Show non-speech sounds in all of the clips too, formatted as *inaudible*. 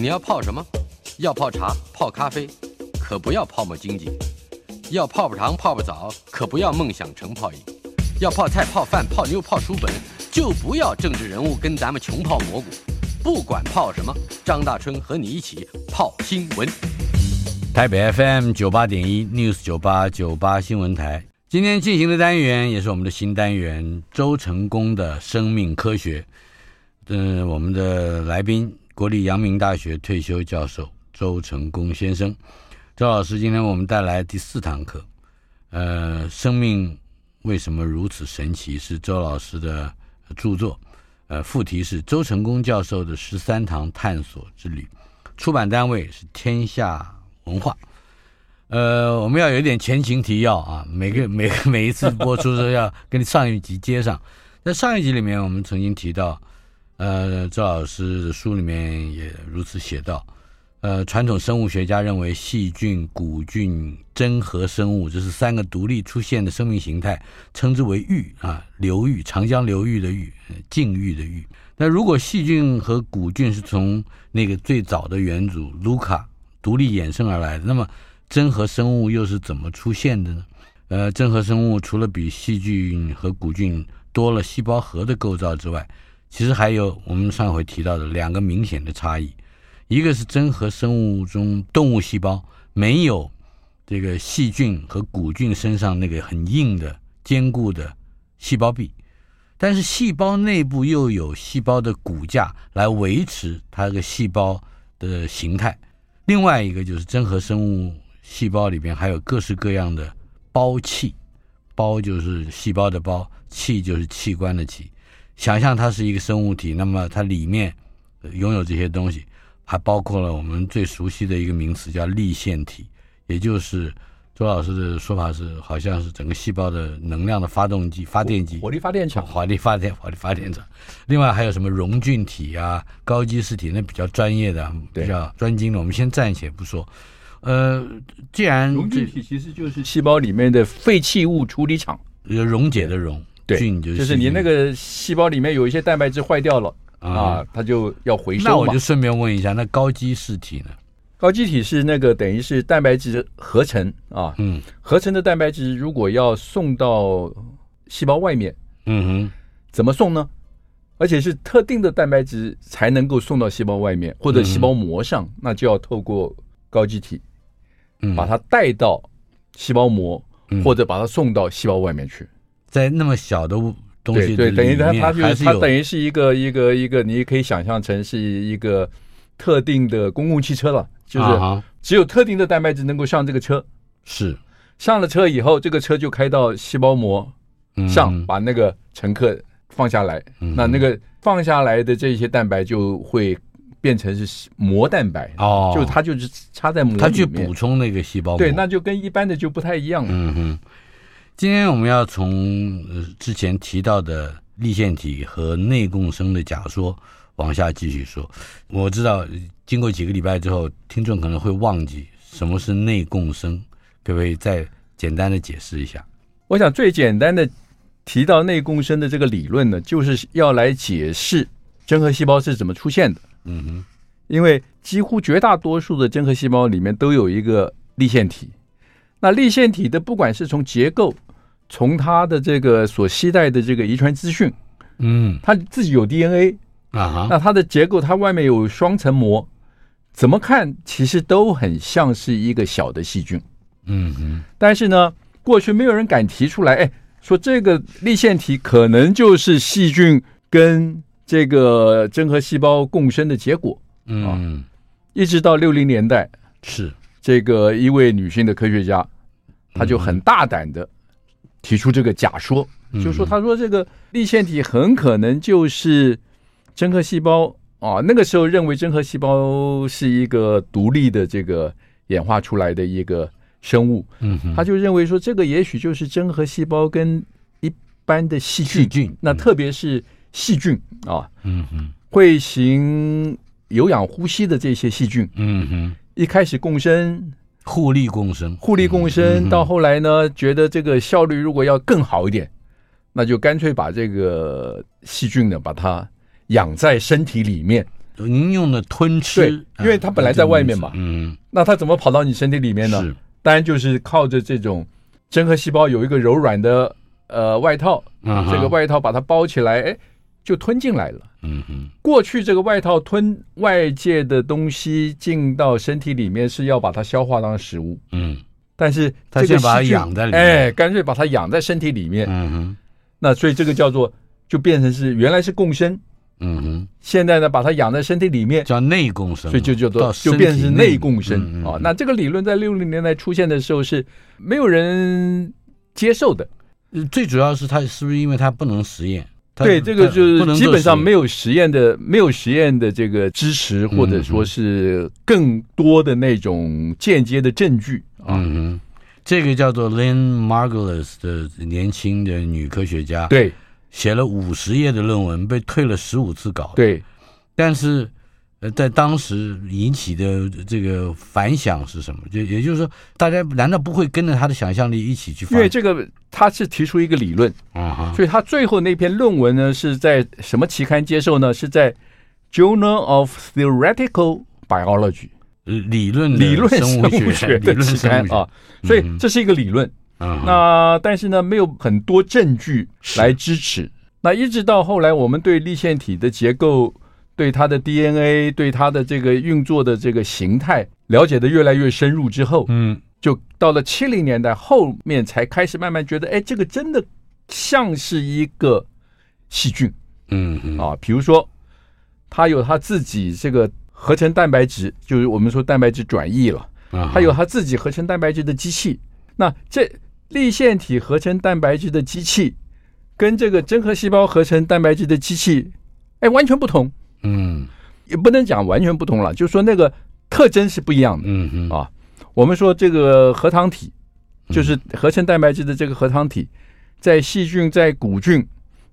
你要泡什么？要泡茶、泡咖啡，可不要泡沫经济；要泡泡糖、泡泡澡，可不要梦想成泡影；要泡菜、泡饭、泡妞、泡书本，就不要政治人物跟咱们穷泡蘑菇。不管泡什么，张大春和你一起泡新闻。台北 FM 九八点一 News 九八九八新闻台，今天进行的单元也是我们的新单元——周成功的生命科学。嗯、我们的来宾，国立阳明大学退休教授周成功先生，周老师，今天我们带来第四堂课，呃，生命为什么如此神奇？是周老师的著作，呃，副题是周成功教授的十三堂探索之旅。出版单位是天下文化。呃，我们要有一点前情提要啊，每个每个 *laughs* 每一次播出都要跟上一集接上。在上一集里面，我们曾经提到，呃，周老师的书里面也如此写道，呃，传统生物学家认为细菌、古菌、真核生物这是三个独立出现的生命形态，称之为域啊，流域，长江流域的域，呃境域的域。那如果细菌和古菌是从那个最早的元祖卢卡独立衍生而来的，那么真核生物又是怎么出现的呢？呃，真核生物除了比细菌和古菌多了细胞核的构造之外，其实还有我们上回提到的两个明显的差异，一个是真核生物中动物细胞没有这个细菌和古菌身上那个很硬的坚固的细胞壁，但是细胞内部又有细胞的骨架来维持它这个细胞的形态。另外一个就是真核生物细胞里边还有各式各样的胞器，胞就是细胞的胞，器就是器官的器。想象它是一个生物体，那么它里面呃拥有这些东西，还包括了我们最熟悉的一个名词叫立腺体，也就是周老师的说法是，好像是整个细胞的能量的发动机、发电机。火力发 *laughs* 电厂，火力发电、火力发电厂，另外还有什么溶菌体啊、高级尸体，那比较专业的、比对较专精的，我们先暂且不说。呃，既然溶这菌体其实就是嗯细胞里面的废弃物处理厂，呃溶解的溶，对菌就是就是你那个细胞里面有一些蛋白质坏掉了啊啊，它就要回那收我嘛就。顺便问一下，那高级尸体呢？高基体是那个等于是蛋白质合成啊，嗯合成的蛋白质如果要送到细胞外面，嗯怎么送呢？而且是特定的蛋白质才能够送到细胞外面或者嗯细胞膜上，那就要透过高基体哼，嗯，把它带到细胞膜，嗯或者把它送到细胞外面去。在那么小的东西对对，的等于里它面它还就是是它有等于是一个一个一个，你可以想象成是一个特定的公共汽车了，就是啊哈只有特定的蛋白质能够上这个车，是上了车以后，这个车就开到细胞膜嗯上，把那个乘客放下来。嗯那那个放下来的这些蛋白就会变成是膜蛋白，哦，就它就是插在膜里面，它去补充那个细胞膜，对，那就跟一般的就不太一样了。嗯哼，今天我们要从呃之前提到的立腺体和内共生的假说往下继续说。我知道呃经过几个礼拜之后，听众可能会忘记什么是内共生，可不可以再简单的解释一下？我想最简单的提到内共生的这个理论呢，就是要来解释真核细胞是怎么出现的。嗯哼，因为几乎绝大多数的真核细胞里面都有一个立腺体。那立腺体的不管是从结构，从它的这个所携带的这个遗传资讯，嗯它自己有 DNA，啊哈，那它的结构它外面有双层膜，怎么看其实都很像是一个小的细菌。嗯哼，但是呢，过去没有人敢提出来，哎，说这个立腺体可能就是细菌跟这个真核细胞共生的结果。哦嗯，一直到六零年代，是这个一位女性的科学家，她就很大胆的提出这个假说，嗯就说她说这个立腺体很可能就是真核细胞啊，那个时候认为真核细胞是一个独立的这个演化出来的一个生物，嗯哼，他就认为说这个也许就是真核细胞跟一般的细菌，细菌那特别是细菌啊，嗯哼，会行有氧呼吸的这些细菌，嗯哼，一开始共生，互利共生，互利共嗯生，嗯到后来呢，觉得这个效率如果要更好一点，那就干脆把这个细菌呢，把它养在身体里面。您用的吞吃，啊对因为它本来在外面嘛嗯，那它怎么跑到你身体里面呢？是，当然就是靠着这种真核细胞有一个柔软的呃外套，嗯哼这个，外套把它包起来，哎，就吞进来了。嗯哼，过去这个外套吞外界的东西进到身体里面是要把它消化当食物，嗯但是它这个现在把它细菌养在里面哎，干脆把它养在身体里面。嗯哼，那所以这个叫做就变成是原来是共生，嗯哼，现在呢把它养在身体里面，叫内共生，所以就叫到做身就体变成是内部共生嗯嗯啊、那这个理论在六零年代出现的时候是没有人接受的，呃最主要是它是不是因为它不能实验？它对这个它就不能是做基本上没实有实验的，没有实验的这个支持，或者说是更多的那种间接的证据验，啊。嗯哼，这个叫做 Lynn Margulis 的年轻的女科学家，，对写了五十页的论文，被退了十五次稿，，对，但是。呃，在当时引起的这个反响是什么？就也就是说，大家难道不会跟着他的想象力一起去发因为这个他是提出一个理论，啊哈所以他最后那篇论文呢是在什么期刊接受呢？是在 Journal of Theoretical Biology 呃理论的理论生生物物学理的论期生刊物学啊，所以嗯哼这是一个理论。嗯哼那但是呢，没有很多证据是来支持。那一直到后来，我们对立腺体的结构、对它的 DNA、对它的这个运作的这个形态了解的越来越深入之后，嗯就到了七零年代后面才开始慢慢觉得，哎，这个真的像是一个细菌嗯嗯啊。比如说，它有它自己这个合成蛋白质，就是我们说蛋白质转移了。啊它有它自己合成蛋白质的机器。那这立腺体合成蛋白质的机器跟这个真核细胞合成蛋白质的机器，哎，完全不同，嗯也不能讲完全不同了，就是说那个特征是不一样的。嗯嗯啊我们说这个核糖体，嗯就是合成蛋白质的这个核糖体，在细菌在古菌，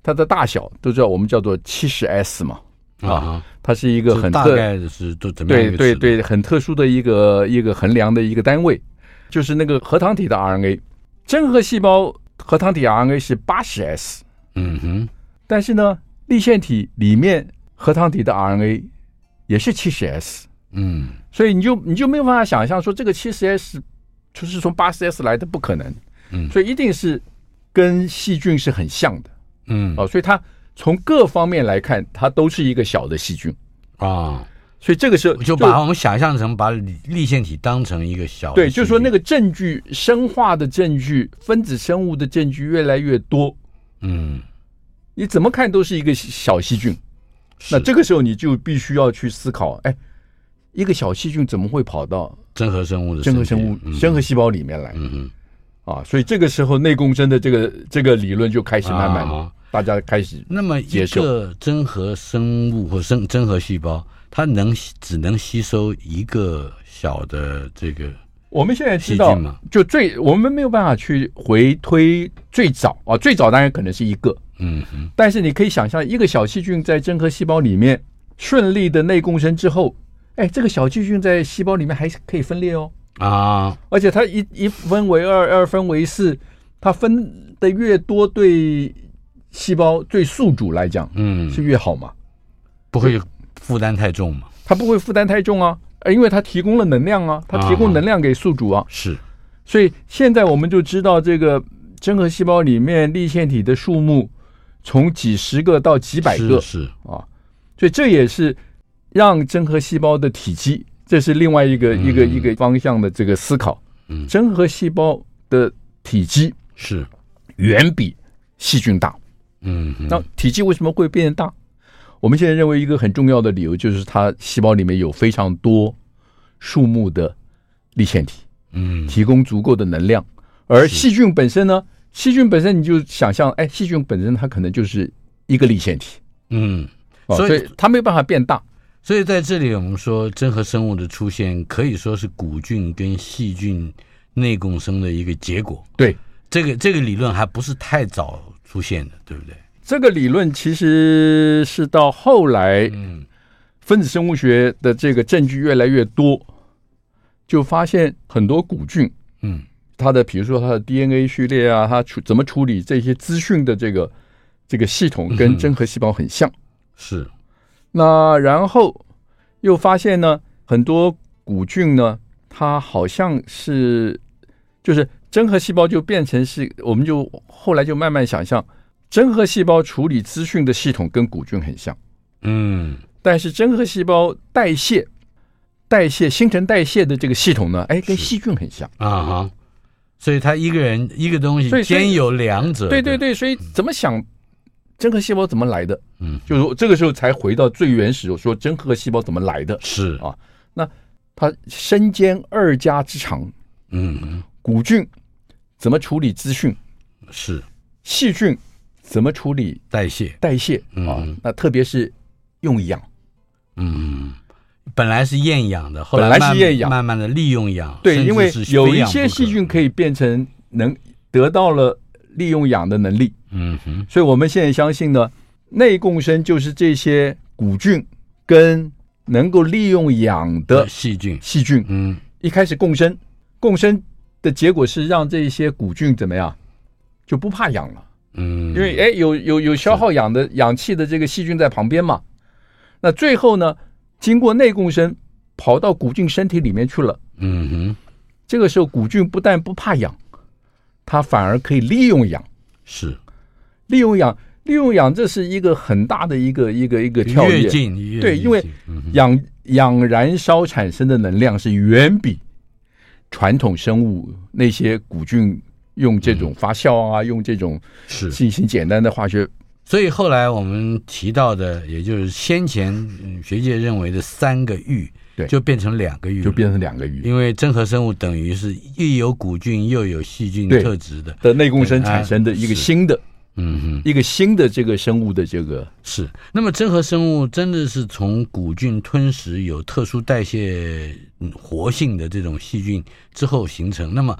它的大小都知道，我们叫做七十 S 嘛，啊哈，它是一个这很大特概是都怎么样一对个对尺度，对，很特殊的一个一个衡量的一个单位，就是那个核糖体的 RNA。真核细胞核糖体 RNA 是八十 S，嗯哼但是呢，立腺体里面核糖体的 RNA 也是七十 S，嗯所以你就你就没有办法想象说这个七十 S 就是从八十 S 来的，不可能。嗯所以一定是跟细菌是很像的嗯哦，所以它从各方面来看，它都是一个小的细菌。啊，所以这个时候就把我们想象成把立立腺体当成一个小的对，就是说那细个证据，生化的证据、分子生物的证据越来越多，菌嗯你怎么看都是一个小细菌。那这个时候你就必须要去思考，哎，一个小细菌怎么会跑到真核生物的真核身生体物、真核细胞里面来嗯嗯啊？所以这个时候内共生的这个这个理论就开始慢慢、啊大家开始那么一接受个真核生物或生真核细胞，它能吸只能吸收一个小的这个我们现在知细道菌嘛，就最我们没有办法去回推最早啊，最早当然可能是一个，嗯哼但是你可以想象，一个小细菌在真核细胞里面顺利的内共生之后，哎，这个小细菌在细胞里面还是可以分裂哦，啊而且它一一分为二，二分为四，它分的越多，对细胞对宿主来讲嗯是越好嘛，不会负担太重嘛？它不会负担太重啊，呃因为它提供了能量啊，它提供能量给宿主啊，是，所以现在我们就知道这个真核细胞里面立腺体的数目从几十个到几百个。是是啊，所以这也是让真核细胞的体积，这是另外一个、一个一个方向的这个思考。嗯真核细胞的体积是，远比细菌大。嗯哼那体积为什么会变大？我们现在认为一个很重要的理由就是它细胞里面有非常多数目的立腺体，嗯提供足够的能量。而细菌本身呢，细菌本身你就想象，哎，细菌本身它可能就是一个立腺体，嗯，啊所以所以它没有办法变大。所以在这里，我们说真核生物的出现可以说是古菌跟细菌内共生的一个结果。对，这个这个理论还不是太早出现的，对不对？这个理论其实是到后来嗯，分子生物学的这个证据越来越多，就发现很多古菌，嗯，它的比如说它的 DNA 序列啊，它处怎么处理这些资讯的这个这个系统嗯跟哼真核细胞很像。是，那然后又发现呢，很多古菌呢，它好像是就是真核细胞就变成是，我们就后来就慢慢想象，真核细胞处理资讯的系统跟古菌很像，嗯但是真核细胞代谢。代谢新陈代谢的这个系统呢，哎，跟是细菌很像。啊哈，所以他一个人一个东西所以所以兼有两者，对对对，对，所以怎么想，真核细胞怎么来的？嗯，就是说这个时候才回到最原始，我说真核细胞怎么来的？是啊，它身兼二家之长，嗯嗯古菌怎么处理资讯，是细菌怎么处理代谢，代谢啊嗯？那特别是用氧，嗯，本来是厌氧的，后来本来是慢厌氧慢慢的利用氧，对，甚至因为是有非一氧些不可细菌可以变成能得到了利用氧的能力，嗯哼，所以我们现在相信呢，内共生就是这些古菌跟能够利用氧的细菌，细菌嗯一开始共生，共生的结果是让这些古菌怎么样就不怕氧了。嗯，因为哎，有有有消耗氧的氧气的这个细菌在旁边嘛。那最后呢，经过内共生跑到古菌身体里面去了。嗯哼这个时候，古菌不但不怕氧，它反而可以利用氧，是利用氧，利用氧，这是一个很大的一个一个一个跳越跃。近越对越因为近嗯哼氧氧燃烧产生的能量是远比传统生物那些古菌用这种发酵啊，用这种嗯是嗯进行简单的化学所以后来我们提到的，也就是先前嗯学界认为的三个域，对就变成两个域了，就变成两个鱼因为真核生物等于是又有古菌又有细菌对特质的，的内共生产生的一个是新的嗯哼，一个新的这个生物的这个是。那么真核生物真的是从古菌吞食有特殊代谢嗯活性的这种细菌之后形成，那么。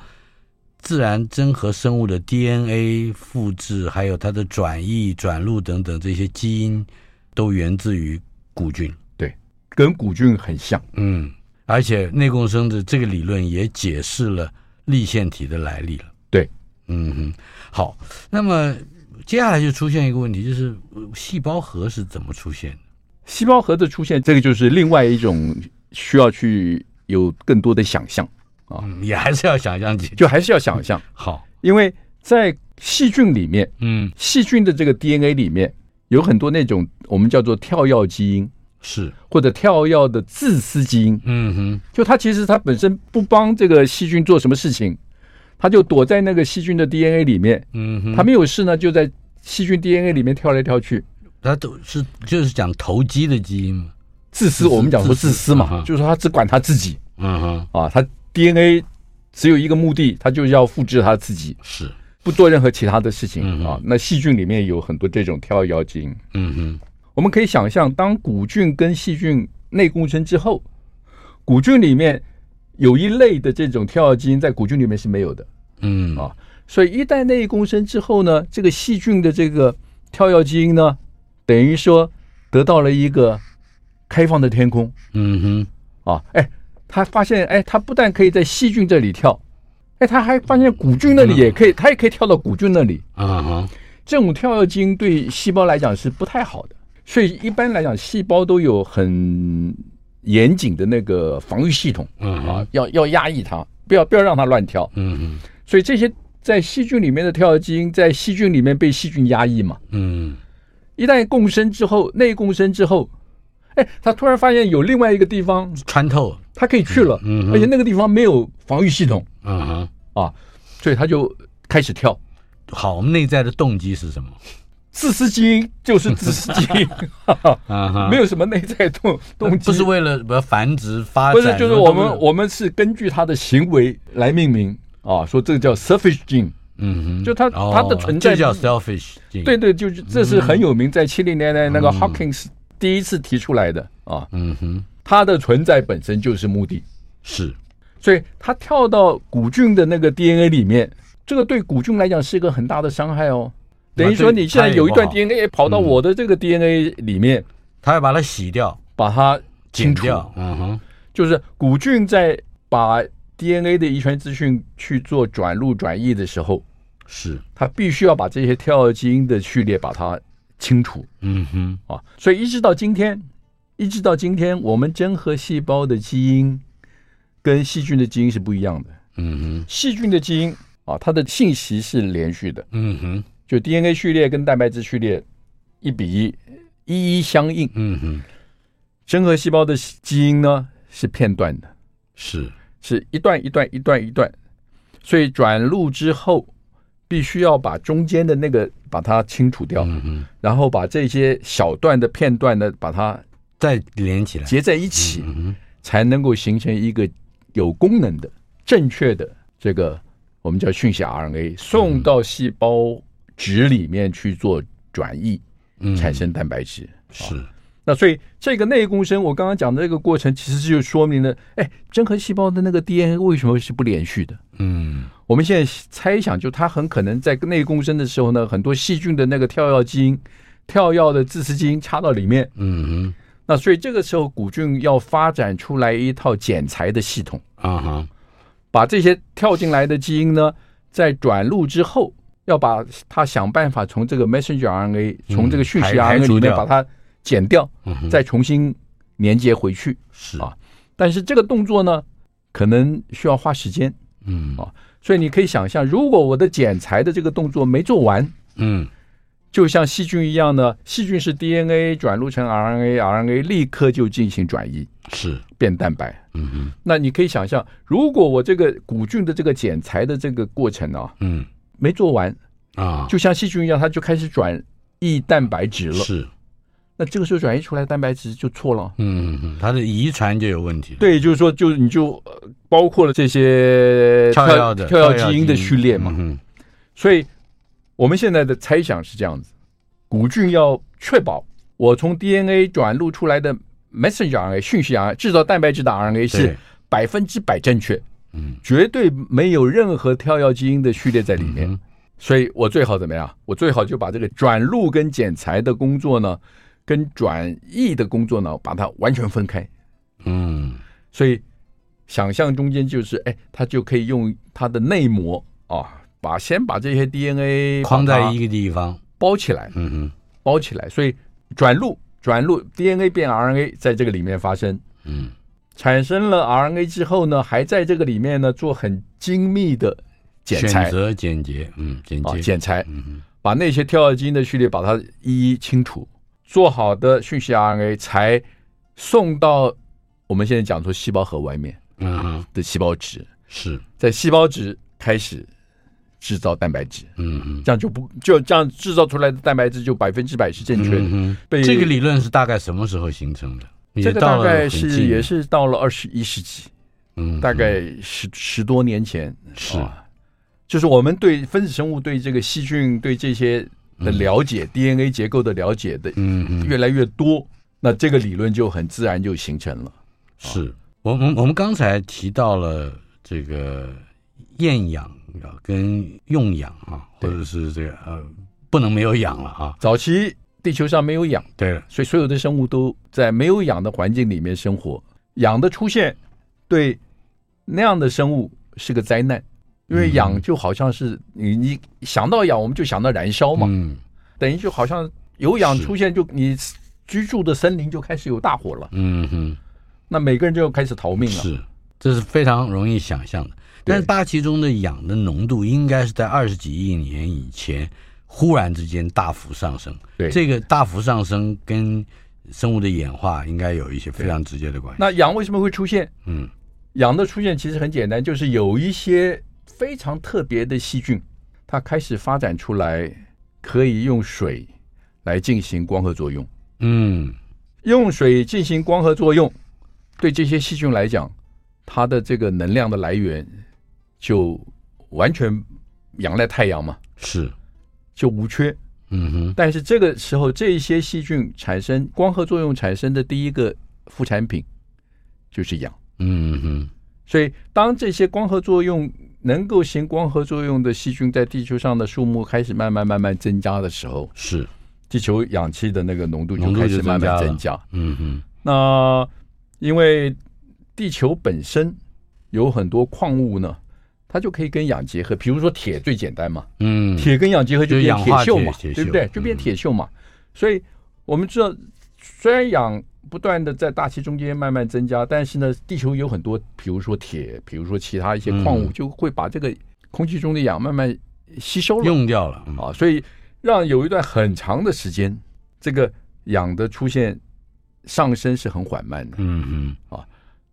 自然真核生物的 DNA 复制，还有它的转译、转录等等这些基因，都源自于古菌。跟古菌很像，嗯，而且内共生的这个理论也解释了立腺体的来历了。对，嗯哼，好，那么接下来就出现一个问题，就是呃细胞核是怎么出现的？细胞核的出现，这个就是另外一种需要去有更多的想象，嗯，也还是要想象解决。就还是要想象，好，因为在细菌里面，嗯，细菌的这个 DNA 里面有很多那种我们叫做跳跃基因是，或者跳跃的自私基因，嗯哼，就它其实它本身不帮这个细菌做什么事情，它就躲在那个细菌的 DNA 里面，嗯哼，它没有事呢，就在细菌 DNA 里面跳来跳去。它都是就是讲投机的基因嘛。自私，我们讲说自自私私啊嘛哈，就是说他只管他自己嗯哼，啊，他 DNA 只有一个目的，他就是要复制他自己，是，不做任何其他的事嗯情哼啊。那细菌里面有很多这种跳跃基因，嗯我们可以想象，当古菌跟细菌内共生之后，古菌里面有一类的这种跳跃基因在古菌里面是没有的，哼，嗯，啊所以一旦内共生之后呢，这个细菌的这个跳跃基因呢，等于说得到了一个开放的天空。嗯哼，啊，哎，他发现，哎，他不但可以在细菌这里跳，哎，他还发现古菌那里也可以，他也可以跳到古菌那里。嗯哼，这种跳跃基因对细胞来讲是不太好的，所以一般来讲，细胞都有很严谨的那个防御系统嗯啊哼，，要要压抑它，不要不要让它乱跳。嗯哼，所以这些在细菌里面的跳跃基因，在细菌里面被细菌压抑嘛，嗯，一旦共生之后，内共生之后，哎，他突然发现有另外一个地方穿透，他可以去了，嗯嗯哼而且那个地方没有防御系统嗯哼，啊，所以他就开始跳。好，我们内在的动机是什么？自私基因就 *laughs* 是自私基因， *laughs* 哈哈嗯哼，没有什么内在动动呃机，不是为了什么繁殖发展，不是就是我都们不是我们是根据他的行为来命名啊，说这个叫 selfish gene，嗯哼，就它哦它的存在这叫 selfish，对，对，就是这是很有名，在七零年代那个 Hawkins 第一次提出来的，啊，嗯哼，它的存在本身就是目的，是所以它跳到古菌的那个 DNA 里面，这个对古菌来讲是一个很大的伤害哦。等于说你现在有一段它也 DNA 跑到我的这个 DNA 里面，他要把它洗掉、把它剪清除，掉，嗯哼，就是古菌在把 DNA 的遗传资讯去做转录转译的时候，是，它必须要把这些跳跃基因的序列把它清除嗯哼，啊。所以一直到今天，一直到今天，我们真核细胞的基因跟细菌的基因是不一样的。嗯哼，细菌的基因啊，它的信息是连续的，嗯哼，就 DNA 序列跟蛋白质序列一比一，一一相应。嗯哼，真核细胞的基因呢是片段的，是，是一段一段一段一段，所以转录之后，必须要把中间的那个把它清除掉，嗯哼，然后把这些小段的片段呢把它再连起来，结在一起，嗯哼，才能够形成一个有功能的、正确的这个我们叫讯息嗯 RNA 送到细胞质里面去做转译，嗯，产生蛋白质。啊是，那所以这个内共生，我刚刚讲的这个过程，其实就说明了，哎，真核细胞的那个 DNA 为什么是不连续的？嗯我们现在猜想，就它很可能在内共生的时候呢，很多细菌的那个跳跃基因、跳跃的自噬基因插到里面，嗯那所以这个时候古菌要发展出来一套剪裁的系统，哼，啊哈，把这些跳进来的基因呢，在转录之后，要把它想办法从这个 messenger RNA，从这个讯嗯息排排 RNA 除里面掉把它剪掉，嗯哼，再重新连接回去。是啊但是这个动作呢，可能需要花时间，嗯所以你可以想象，如果我的剪裁的这个动作没做完，嗯就像细菌一样呢，细菌是 DNA 转录成 RNA，RNA 立刻就进行转移是，变蛋白。嗯哼，那你可以想象，如果我这个古菌的这个剪裁的这个过程呢、啊、嗯没做完，啊，就像细菌一样，它就开始转移蛋白质了。是，那这个时候转移出来的蛋白质就错了。嗯哼，他的遗传就有问题，，对，就是说，就你就呃包括了这些跳跃的跳跃基因的序列嘛。嗯哼，所以我们现在的猜想是这样子：古菌要确保我从 DNA 转录出来的 messenger RNA 讯息 RNA 制造蛋白质的 RNA 是对百分之百正确，嗯，绝对没有任何跳跃基因的序列在里面。嗯所以我最好怎么样？我最好就把这个转录跟剪裁的工作呢，跟转译的工作呢，把它完全分开。嗯所以想象中间就是，哎，它就可以用它的内膜啊，把先把这些 DNA 框在把它一个地方，包起来，嗯哼，包起来，所以转录转录 DNA 变 RNA 在这个里面发生，嗯产生了 RNA 之后呢，还在这个里面呢做很精密的剪裁选择简洁，嗯，简啊洁，剪裁，嗯把那些跳跃基因的序列把它一一清除，做好的讯息 RNA 才送到我们现在讲说细胞核外面哼，嗯哼，的细胞质。是，在细胞质开始制造蛋白质，嗯哼。这样就不就这样制造出来的蛋白质就百分之百是正确的。嗯被哼，这个理论是大概什么时候形成的？这也个到大了概很是近也，是到了二十一世纪，嗯，大概十十多年前是啊就是我们对分子生物、对这个细菌、对这些的了解、DNA 结构的了解的嗯嗯越来越多，那这个理论就很自然就形成了。是我我们我们刚才提到了这个厌氧啊跟用氧啊，或对者是这个呃不能没有氧了啊。早期地球上没有氧，对了，所以所有的生物都在没有氧的环境里面生活。氧的出现对那样的生物是个灾难，因为嗯氧就好像是你你想到氧，我们就想到燃烧嘛，嗯等于就好像有氧是出现，就你居住的森林就开始有大火了，嗯哼，那每个人就要开始逃命了。是，这是非常容易想象的。但是大气中的氧的浓度应该是在二十几亿年以前忽然之间大幅上升。对这个大幅上升跟生物的演化应该有一些非常直接的关系。那氧为什么会出现？嗯氧的出现其实很简单，就是有一些非常特别的细菌，它开始发展出来，可以用水来进行光合作用。嗯用水进行光合作用，对这些细菌来讲，它的这个能量的来源就完全仰赖太阳嘛，是，就无缺。嗯哼，但是这个时候，这一些细菌产生光合作用产生的第一个副产品就是氧。嗯哼，所以，当这些光合作用能够行光合作用的细菌在地球上的数目开始慢慢慢慢增加的时候，是，地球氧气的那个浓度就浓度开就始增慢慢加了增加。嗯哼，那因为地球本身有很多矿物呢，它就可以跟氧结合，比如说铁最简单嘛，嗯，铁跟氧结合就变铁就锈氧嘛化，铁铁锈对不对？嗯就变铁锈嘛。所以我们知道，虽然氧不断的在大气中间慢慢增加，但是呢，地球有很多，比如说铁，比如说其他一些矿物，嗯就会把这个空气中的氧慢慢吸收了用掉了，嗯啊，所以让有一段很长的时间，这个氧的出现上升是很缓慢的。嗯哼，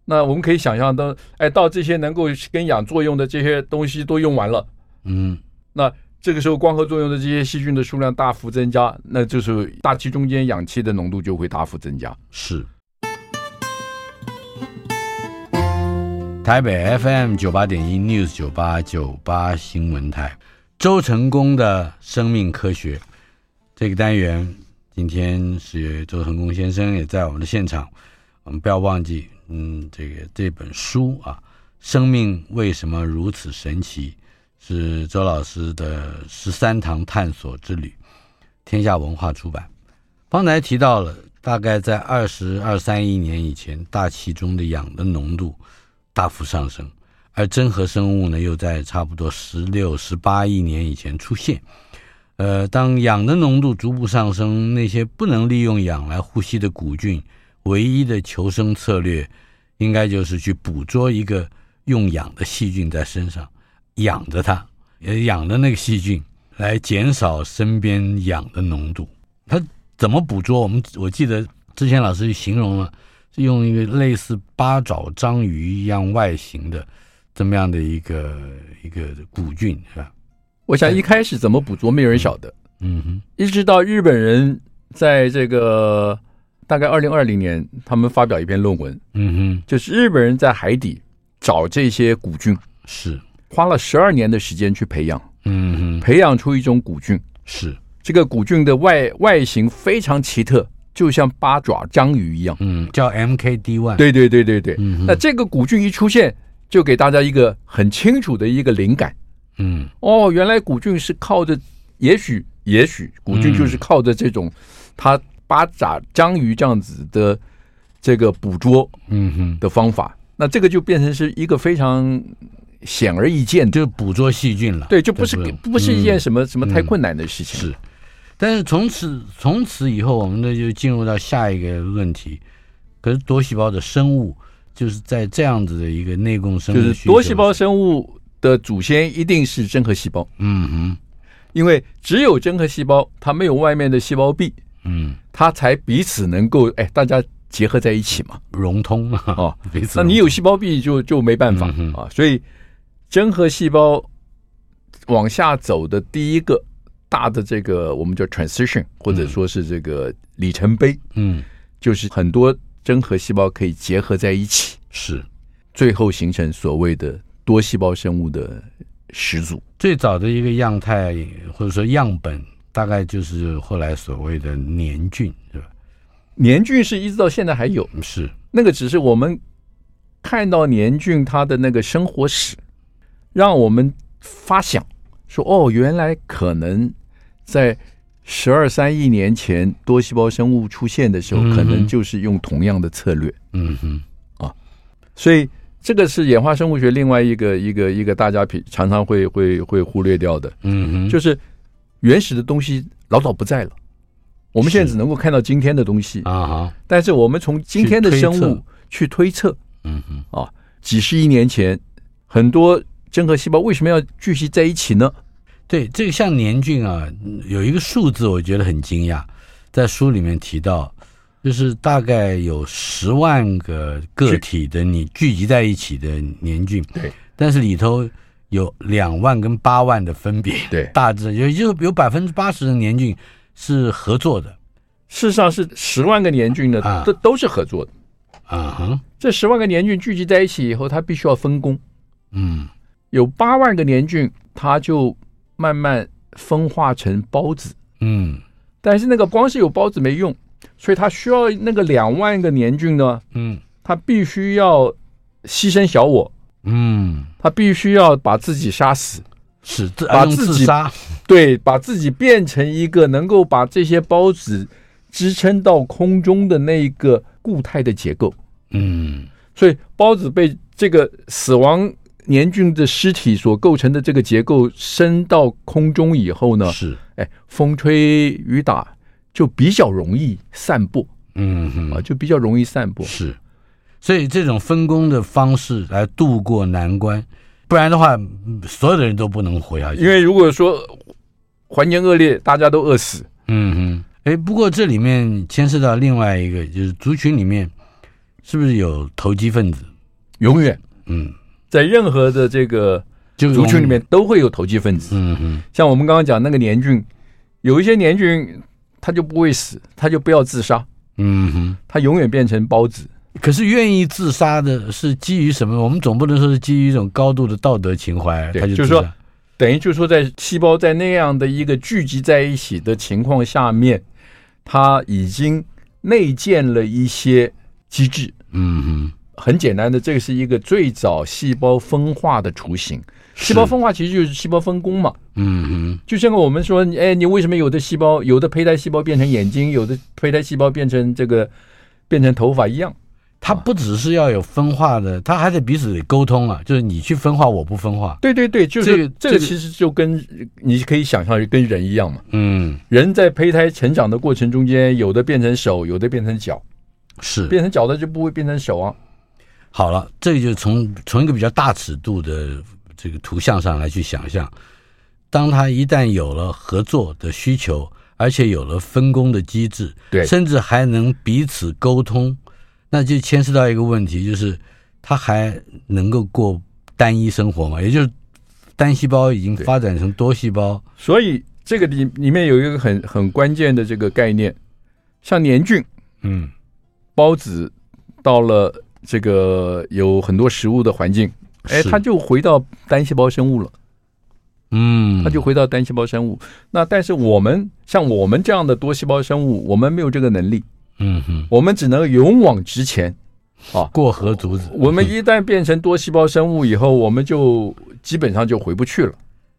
那我们可以想象到，哎，到这些能够跟氧作用的这些东西都用完了，嗯，那这个时候光合作用的这些细菌的数量大幅增加，那就是大气中间氧气的浓度就会大幅增加。是。台北 FM 九八点一 News 九八九八新闻台，周成功的生命科学这个单元，今天是周成功先生也在我们的现场。我们不要忘记，嗯，这个这本书啊，《生命为什么如此神奇》是周老师的十三堂探索之旅，天下文化出版。刚才提到了，大概在二十二三亿年以前，大气中的氧的浓度大幅上升，而真核生物呢，又在差不多十六、十八亿年以前出现。呃，当氧的浓度逐步上升，那些不能利用氧来呼吸的古菌，唯一的求生策略，应该就是去捕捉一个用氧的细菌在身上，养着它，也养着那个细菌，来减少身边氧的浓度。它怎么捕捉？我们我记得之前老师形容了，是用一个类似八爪章鱼一样外形的这么样的一个一个古菌，是吧？我想一开始怎么捕捉，没有人晓得，嗯哼，一直到日本人在这个大概二零二零年，他们发表一篇论文，嗯就是日本人在海底找这些古菌，哼，是，花了十二年的时间去培养，嗯哼，培养出一种古菌。是，这个古菌的外外形非常奇特，就像八爪章鱼一样。嗯，叫 MKD one，，对对对对对，嗯哼那这个古菌一出现，就给大家一个很清楚的一个灵感。嗯哦，原来古菌是靠着，也许也许古菌就是靠着这种，它八爪章鱼这样子的这个捕捉嗯哼，的方法。那这个就变成是一个非常显而易见的，就捕捉细菌了。对，就不是对不是一件什么什么太嗯困难的事情。是，但是从此从此以后，我们呢就进入到下一个论题。可是多细胞的生物就是在这样子的一个内共生物就是需求多细胞，生物的祖先一定是真核细胞，嗯哼，因为只有真核细胞，它没有外面的细胞壁，嗯，它才彼此能够哎大家结合在一起嘛。融通了哦， *laughs* 彼此那融通。你有细胞壁就就没办法嗯哼啊，所以真核细胞往下走的第一个大的这个我们叫 transition，或者说是这个里程碑，嗯就是很多真核细胞可以结合在一起，是最后形成所谓的多细胞生物的始祖。最早的一个样态或者说样本，大概就是后来所谓的年菌，是吧？年菌是一直到现在还有，是那个只嗯是我们看到年菌它的那个生活史，让我们发想说，哦，原来可能在十二三亿年前多细胞生物出现的时候，嗯哼可能就是用同样的策略，嗯哼，所以这个是演化生物学另外一个一个一个大家平常常会会会忽略掉的，嗯哼，就是原始的东西老早不在了。我们现在只能够看到今天的东西，啊哈，但是我们从今天的生去推测物去推测，嗯哼，啊几十亿年前很多真核细胞为什么要聚集在一起呢？对，这个像年菌啊，嗯有一个数字我觉得很惊讶，在书里面提到，就是大概有十万个个体的你聚集在一起的年菌，对，但是里头有两万跟八万的分别，对大致也就是有百分之八十的年菌是合作的事实上是十万个年菌呢啊，这都是合作的。啊哈，这十万个年菌聚集在一起以后，它必须要分工，嗯有八万个年菌，它就慢慢分化成孢子。嗯但是那个光是有孢子没用，所以它需要那个两万个年菌呢，嗯它必须要牺牲小我，嗯，它必须要把自己杀死，是自把啊用自自己杀，对，把自己变成一个能够把这些孢子支撑到空中的那一个固态的结构。嗯所以孢子被这个死亡年菌的尸体所构成的这个结构升到空中以后呢，是，哎，风吹雨打就比较容易散布嗯啊，哼就比较容易散布。是，所以这种分工的方式来度过难关，不然的话，嗯所有的人都不能活下去。因为如果说环境恶劣，大家都饿死，嗯哼，哎，不过这里面牵涉到另外一个，就是族群里面是不是有投机分子？永远嗯，在任何的这个就族群里面，都会有投机分子。嗯哼，像我们刚刚讲那个年菌，有一些年菌它就不会死，它就不要自杀，嗯哼。它永远变成孢子。可是愿意自杀的是基于什么？我们总不能说是基于一种高度的道德情怀，对他就就是自杀说等于就是说，在细胞在那样的一个聚集在一起的情况下面，它已经内建了一些机制。嗯哼，很简单的，这个是一个最早细胞分化的雏形。细胞是，分化其实就是细胞分工嘛，嗯就像我们说，哎，你为什么有的细胞，有的胚胎细胞变成眼睛，有的胚胎细胞变成这个变成头发一样？哼，他不只是要有分化的，他还得彼此沟通啊，就是你去分化，我不分化。对对对，就这个是这个、这这个个其实就跟你可以想象跟人一样嘛，嗯，人在胚胎成长的过程中间，有的变成手，有的变成脚。是。变成脚的就不会变成手啊。好了，这个就从从一个比较大尺度的这个图像上来去想象，当他一旦有了合作的需求，而且有了分工的机制，对甚至还能彼此沟通，那就牵涉到一个问题，就是他还能够过单一生活嘛？也就是单细胞已经对发展成多细胞，所以这个里里面有一个很很关键的这个概念，像年菌、嗯孢子，到了这个有很多食物的环境，哎，是它就回到单细胞生物了，嗯，它就回到单细胞生物。那但是我们像我们这样的多细胞生物，我们没有这个能力，嗯哼我们只能勇往直前。过河卒子，嗯我们一旦变成多细胞生物以后，我们就基本上就回不去了。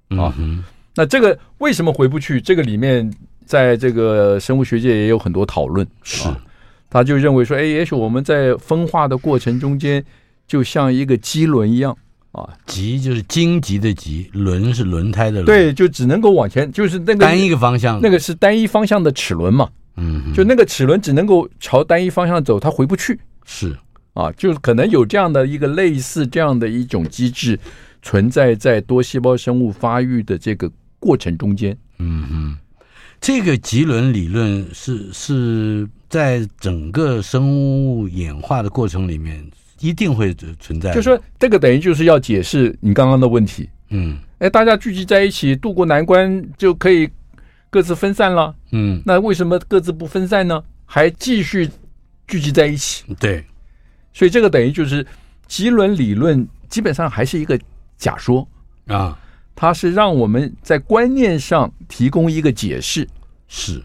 嗯哼那这个为什么回不去？这个里面在这个生物学界也有很多讨论。啊是他就认为说，哎，也许我们在分化的过程中间，就像一个机轮一样啊，极就是荆棘的棘，轮是轮胎的轮，对，就只能够往前，就是那个单一个方向，那个是单一方向的齿轮嘛，嗯哼，就那个齿轮只能够朝单一方向走，它回不去是啊，就是可能有这样的一个类似这样的一种机制存在在多细胞生物发育的这个过程中间。嗯哼，这个棘轮理论是是在整个生物演化的过程里面一定会存在的，就说这个等于就是要解释你刚刚的问题，嗯哎，大家聚集在一起度过难关，就可以各自分散了。嗯那为什么各自不分散呢？还继续聚集在一起？对所以这个等于就是极轮理论基本上还是一个假说，啊它是让我们在观念上提供一个解释。是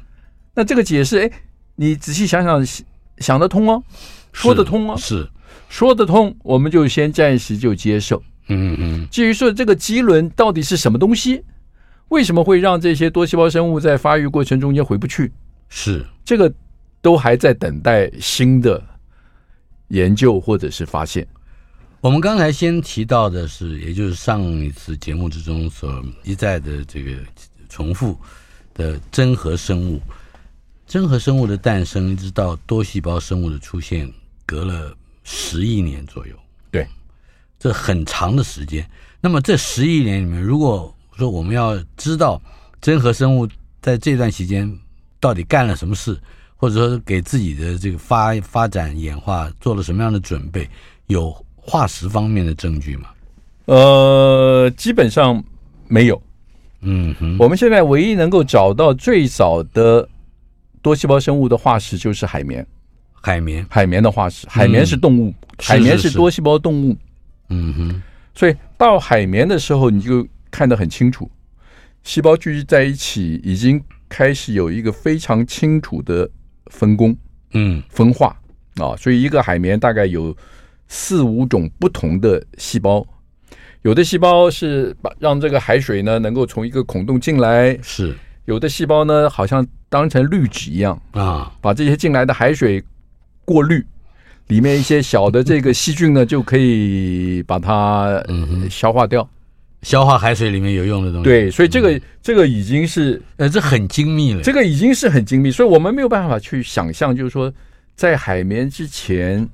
那这个解释，哎，你仔细想想，想得通哦，说得通哦，是说得通，我们就先暂时就接受。嗯嗯至于说这个基轮到底是什么东西，为什么会让这些多细胞生物在发育过程中间回不去？是这个都还在等待新的研究或者是发现。我们刚才先提到的是，也就是上一次节目之中所一再的这个重复的真核生物，真核生物的诞生，一直到多细胞生物的出现，隔了十亿年左右。对，这很长的时间。那么这十亿年里面，如果说我们要知道真核生物在这段期间到底干了什么事，或者说给自己的这个发发展演化做了什么样的准备，有化石方面的证据吗？呃，基本上没有。嗯哼，我们现在唯一能够找到最早的多细胞生物的化石就是海绵，海绵，海绵的化石，海绵是动物，嗯是海绵是是是多细胞动物，嗯哼，所以到海绵的时候你就看得很清楚，细胞聚集在一起已经开始有一个非常清楚的分工。嗯分化啊，所以一个海绵大概有四五种不同的细胞，有的细胞是把让这个海水呢能够从一个孔洞进来，是有的细胞呢好像当成滤纸一样，啊，把这些进来的海水过滤，里面一些小的这个细菌呢就可以把它嗯消化掉。消化海水里面有用的东西。，对，所以这嗯个这个已经是呃，这很精密了。这个已经是很精密，所以我们没有办法去想象，就是说在海绵之前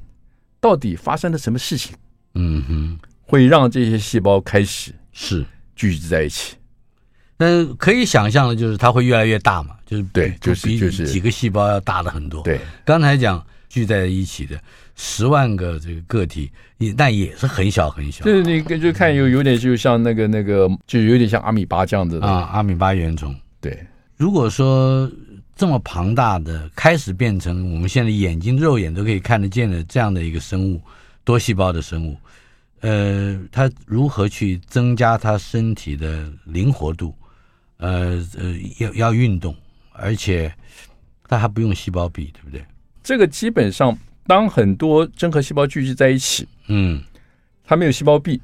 到底发生了什么事情，嗯哼，会让这些细胞开始是。聚集在一起。但可以想象的就是它会越来越大嘛，就是比对就是比就是几个细胞要大的很多。，对，刚才讲聚在一起的十万个这个个体，也那也是很小很小就是你跟就看有有点就像那个那个，就有点像阿米巴这样子的。啊，阿米巴原虫。对，如果说这么庞大的开始变成我们现在眼睛肉眼都可以看得见的这样的一个生物，多细胞的生物，呃，它如何去增加它身体的灵活度？呃呃，要要运动，而且它还不用细胞壁，对不对？这个基本上当很多真核细胞聚集在一起，嗯，它没有细胞壁，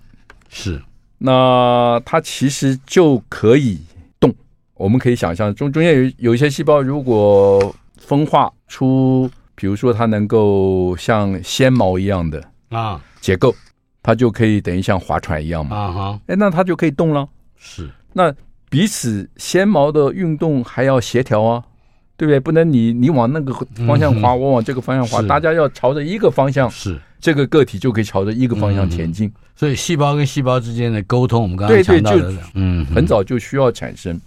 是那它其实就可以动。我们可以想象，中中间有有一些细胞，如果分化出，比如说它能够像纤毛一样的啊结构，它就可以等于像划船一样嘛。啊哈，哎，那它就可以动了。是那彼此纤毛的运动还要协调啊，对不对？不能你你往那个方向滑，我往这个方向滑，嗯是大家要朝着一个方向，是，这个个体就可以朝着一个方向前进。所以细胞跟细胞之间的沟通，我们刚刚对对讲到的就，嗯，很早就需要产生。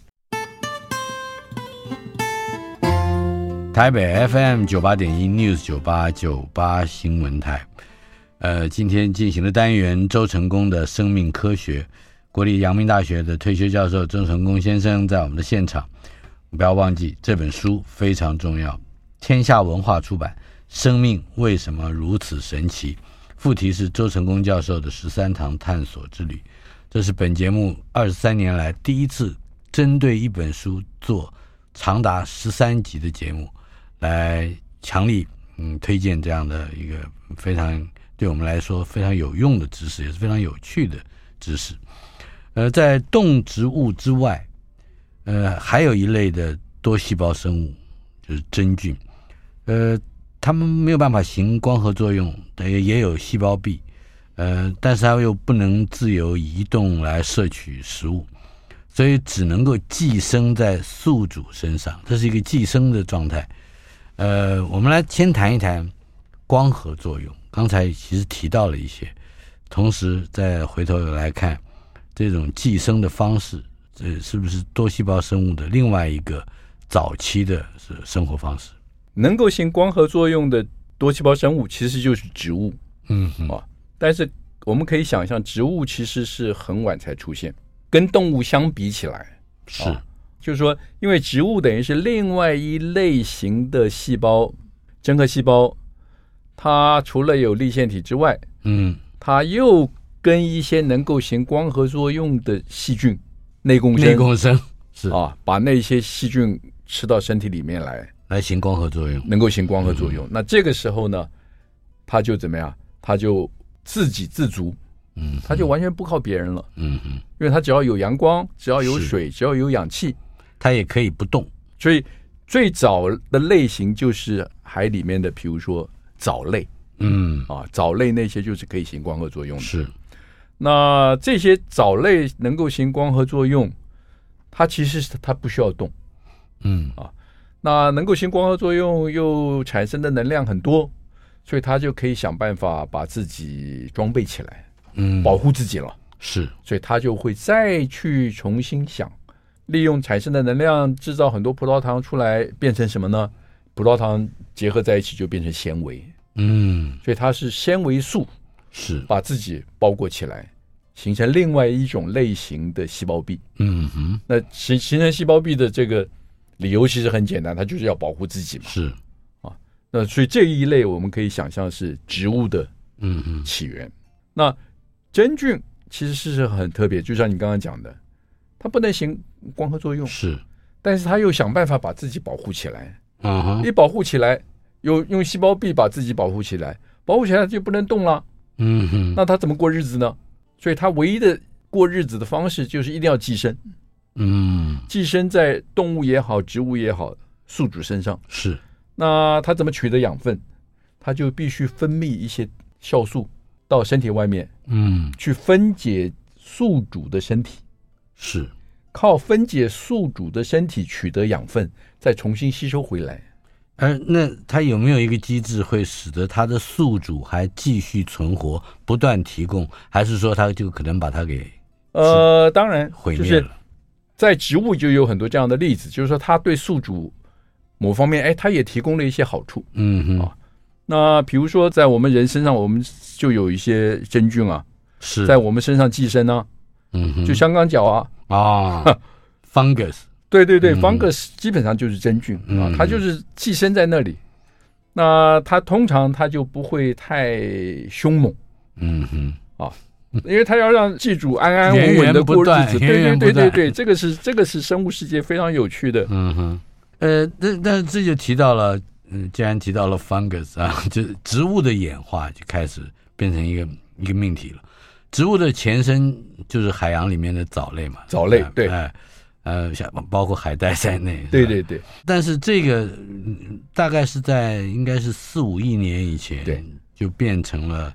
台北 FM 九八点一 News 九八九八新闻台，呃，今天进行的单元周成功的生命科学，国立阳明大学的退休教授周成功先生在我们的现场。不要忘记这本书非常重要，天下文化出版《生命为什么如此神奇》，副题是周成功教授的十三堂探索之旅。这是本节目二十三年来第一次针对一本书做长达十三集的节目，来强力嗯推荐这样的一个非常嗯对我们来说非常有用的知识，也是非常有趣的知识。呃，在动植物之外，呃，还有一类的多细胞生物，就是真菌。呃，它们没有办法行光合作用，也也有细胞壁，呃，但是它又不能自由移动来摄取食物，所以只能够寄生在宿主身上，这是一个寄生的状态。呃，我们来先谈一谈光合作用。刚才其实提到了一些，同时再回头来看这种寄生的方式，这是不是多细胞生物的另外一个早期的是生活方式？能够行光合作用的多细胞生物其实就是植物，嗯哼但是我们可以想象，植物其实是很晚才出现，跟动物相比起来，是哦就是说，因为植物等于是另外一类型的细胞，真核细胞，它除了有立腺体之外，嗯它又跟一些能够行光合作用的细菌内共生内共生是啊，把那些细菌吃到身体里面来，来行光合作用，能够行光合作嗯用。那这个时候呢，它就怎么样？它就自给自足，嗯它就完全不靠别人了，嗯哼，因为它只要有阳光，只要有是水，只要有氧气，它也可以不动。所以最早的类型就是海里面的，比如说藻类嗯，啊，藻类那些就是可以行光合作用的。是那这些藻类能够行光合作用，它其实是它不需要动。嗯那能够行光合作用又产生的能量很多，所以它就可以想办法把自己装备起来，嗯保护自己了。是所以它就会再去重新想，利用产生的能量制造很多葡萄糖出来，变成什么呢？葡萄糖结合在一起就变成纤维，嗯所以它是纤维素是把自己包裹起来，形成另外一种类型的细胞壁。嗯哼那形形成细胞壁的这个理由其实很简单，它就是要保护自己嘛。是那所以这一类我们可以想象是植物的嗯嗯起源。那真菌其实是很特别，就像你刚刚讲的，它不能行光合作用，是但是它又想办法把自己保护起来。嗯哼一保护起来，有用细胞壁把自己保护起来，保护起来就不能动了，嗯哼，那它怎么过日子呢？所以它唯一的过日子的方式就是一定要寄生，嗯寄生在动物也好、植物也好、宿主身上。是，那它怎么取得养分？它就必须分泌一些酵素到身体外面嗯去分解宿主的身体，是，靠分解宿主的身体取得养分，再重新吸收回来。而哎那它有没有一个机制会使得它的宿主还继续存活，不断提供，还是说它就可能把它给呃，当然毁就灭是了？在植物就有很多这样的例子，就是说它对宿主某方面，哎，它也提供了一些好处。嗯哼，啊那比如说在我们人身上，我们就有一些真菌啊，是，在我们身上寄生啊，嗯哼，就香港脚啊，啊，fungus，对对对嗯，fungus 基本上就是真菌啊嗯，它就是寄生在那里。那它通常它就不会太凶猛，嗯哼，因为它要让寄主安安嗯稳源稳源的不过断日子。源对源对不对对断对，这个是这个是生物世界非常有趣的。嗯哼，呃，那那这就提到了，嗯，既然提到了 fungus 啊， *laughs* 就植物的演化就开始变成一个一个命题了。植物的前身就是海洋里面的藻类嘛，藻类哎对哎，呃，像包括海带在内，是吧对。对对，但是这个嗯大概是在应该是四五亿年以前，对，就变成了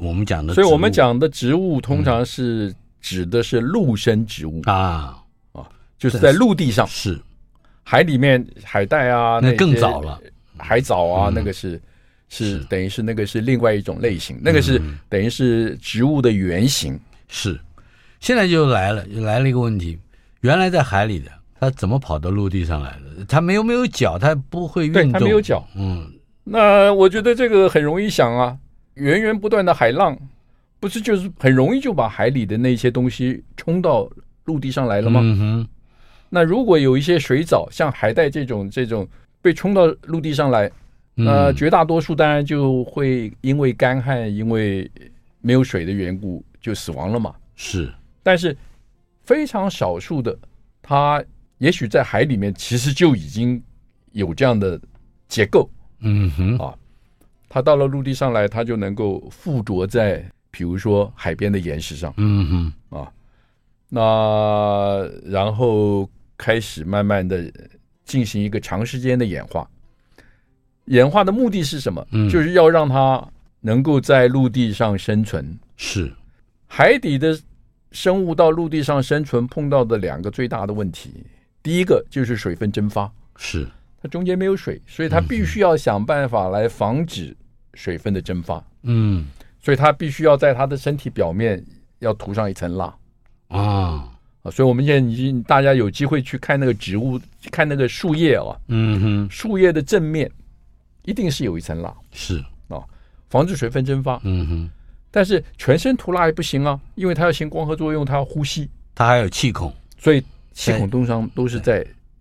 我们讲的植所物，以我们讲的植物通常是指的是陆生植物，啊，就是在陆地上，是海里面海带啊，那些更早了，海藻啊，嗯那个是是是等于是那个是另外一种类型，那个是嗯等于是植物的原型。是，现在就来了，来了一个问题：原来在海里的，它怎么跑到陆地上来的？它没有没有脚，它不会运对动，它没有脚。嗯，那我觉得这个很容易想啊，源源不断的海浪，不是就是很容易就把海里的那些东西冲到陆地上来了吗？嗯哼，那如果有一些水藻，像海带这种这种被冲到陆地上来，嗯那呃绝大多数当然就会因为干旱，因为没有水的缘故就死亡了嘛。是，但是非常少数的，它也许在海里面其实就已经有这样的结构，嗯哼，它啊到了陆地上来，它就能够附着在比如说海边的岩石上，嗯哼，那然后开始慢慢的进行一个长时间的演化。演化的目的是什么？嗯就是要让它能够在陆地上生存。是，海底的生物到陆地上生存碰到的两个最大的问题，第一个就是水分蒸发，是，它中间没有水，所以它嗯必须要想办法来防止水分的蒸发，嗯所以它必须要在它的身体表面要涂上一层蜡啊，啊。所以我们现在已经大家有机会去看那个植物，看那个树叶啊，嗯哼，树叶的正面一定是有一层蜡，是，防止水分蒸发。嗯哼，但是全身涂蜡也不行啊，因为它要行光合作用，它要呼吸，它还有气孔，所以气孔通常都是在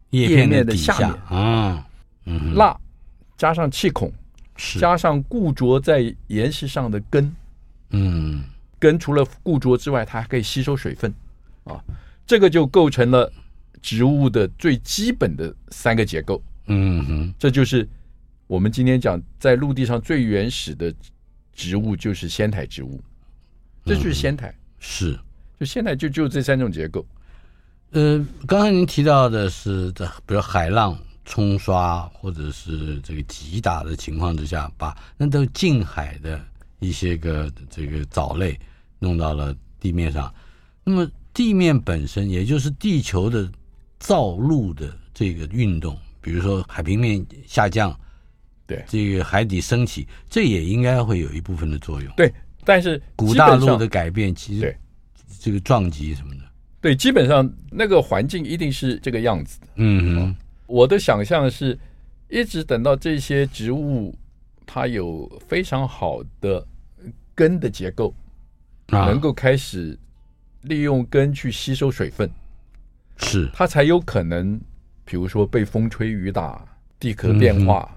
叶叶片面的底下下面啊，嗯哼，蜡加上气孔，是，加上固着在岩石上的根，嗯根除了固着之外，它还可以吸收水分啊，这个就构成了植物的最基本的三个结构。嗯哼，这就是我们今天讲在陆地上最原始的植物，就是仙台植物，嗯这就是仙台，是。就仙台就就这三种结构。呃，刚才您提到的是，这比如海浪冲刷或者是这个击打的情况之下，把那都近海的一些个这个藻类弄到了地面上。那么地面本身，也就是地球的造陆的这个运动，比如说海平面下降，对这个海底升起，这也应该会有一部分的作用。对，但是古基大本陆上的改变，其实对这个撞击什么的，对，基本上那个环境一定是这个样子。嗯哼，我的想象是，一直等到这些植物它有非常好的根的结构，啊能够开始利用根去吸收水分，是它才有可能，比如说被风吹雨打、地壳变化，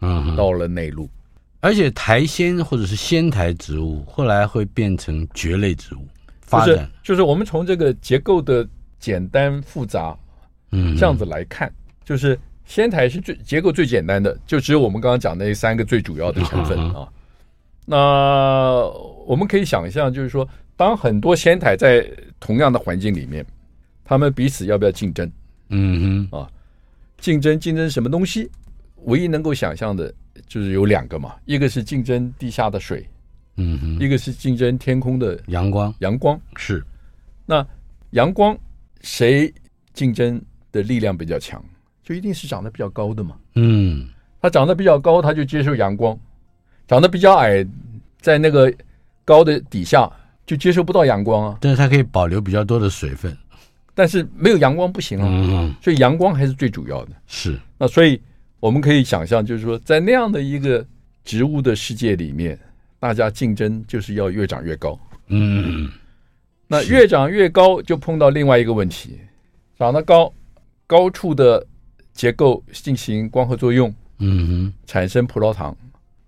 嗯哼。到了内陆。而且苔藓或者是仙苔植物，后来会变成蕨类植物发就是展。就是我们从这个结构的简单复杂嗯，这样子来看，就是仙台是最结构最简单的，就只有我们刚刚讲的那三个最主要的成分嗯啊。那我们可以想象，就是说，当很多仙台在同样的环境里面，他们彼此要不要竞争？嗯竞争竞争什么东西？唯一能够想象的就是有两个嘛，一个是竞争地下的水，哼，嗯哼，一个是竞争天空的阳光阳光。是，那阳光谁竞争的力量比较强，就一定是长得比较高的嘛。嗯他长得比较高，他就接受阳光；长得比较矮，在那个高的底下就接受不到阳光啊。但是它可以保留比较多的水分。但是没有阳光不行啊，嗯，所以阳光还是最主要的。是，那所以我们可以想象，就是说，在那样的一个植物的世界里面，大家竞争就是要越长越高。嗯那越长越高，就碰到另外一个问题：长得高，高处的结构进行光合作用，嗯哼，产生葡萄糖。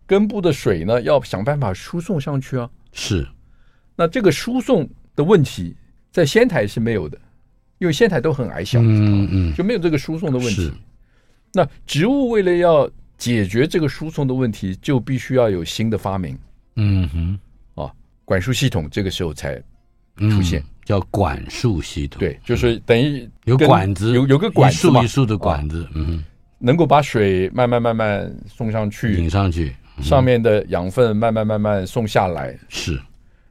根部的水呢，要想办法输送上去啊。是，那这个输送的问题，在仙台是没有的，因为仙台都很矮小，嗯嗯就没有这个输送的问是题。那植物为了要解决这个输送的问题，就必须要有新的发明嗯哼，啊，管束系统这个时候才嗯出现叫管束系统，对，就是等于有跟管子，有有个管子一嘛啊束一束的管子，嗯能够把水慢慢慢慢送上哼，去引，上去上面的养分慢慢慢慢送下来。是，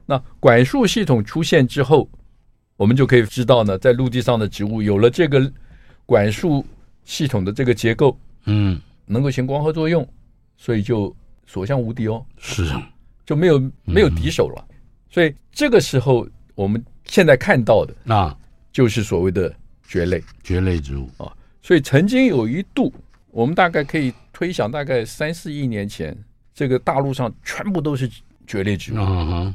那管束系统出现之后，我们就可以知道呢，在陆地上的植物有了这个管束系统的这个结构，嗯能够行光合作用，所以就所向无敌哦，是，就没有没有敌手了。所以这个时候，我们现在看到的啊，就是所谓的蕨类。蕨类植物，所以曾经有一度，我们大概可以推想，大概三四亿年前，这个大陆上全部都是蕨类植物，嗯哼。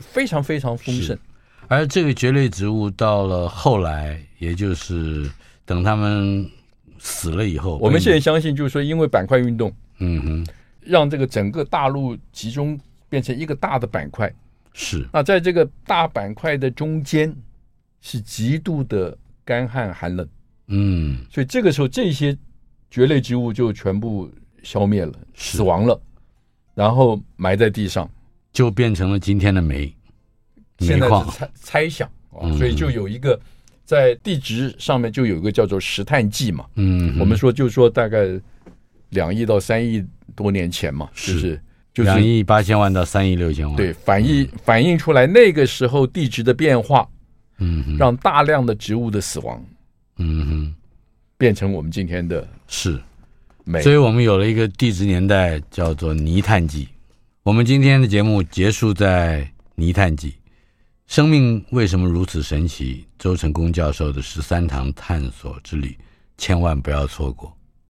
非常非常丰盛。而这个蕨类植物到了后来，也就是等它们死了以后，我们现在相信，就是说，因为板块运动，嗯哼让这个整个大陆集中变成一个大的板块。是那在这个大板块的中间，是极度的干旱寒冷，嗯所以这个时候这些蕨类植物就全部消灭了，死亡了，然后埋在地上。就变成了今天的煤煤现在矿是猜猜想啊嗯，所以就有一个在地质上面就有一个叫做石炭纪嘛。嗯哼我们说就说大概两亿到三亿多年前嘛，就是是就两是亿嗯八千万到三亿六千万对反映反映出来那个时候地质的变化，嗯哼让大量的植物的死亡嗯哼变成我们今天的是，美所。以我们有了一个地质年代叫做泥炭纪。我们今天的节目结束在泥炭纪。生命为什么如此神奇？周成功教授的十三堂探索之旅，千万不要错过。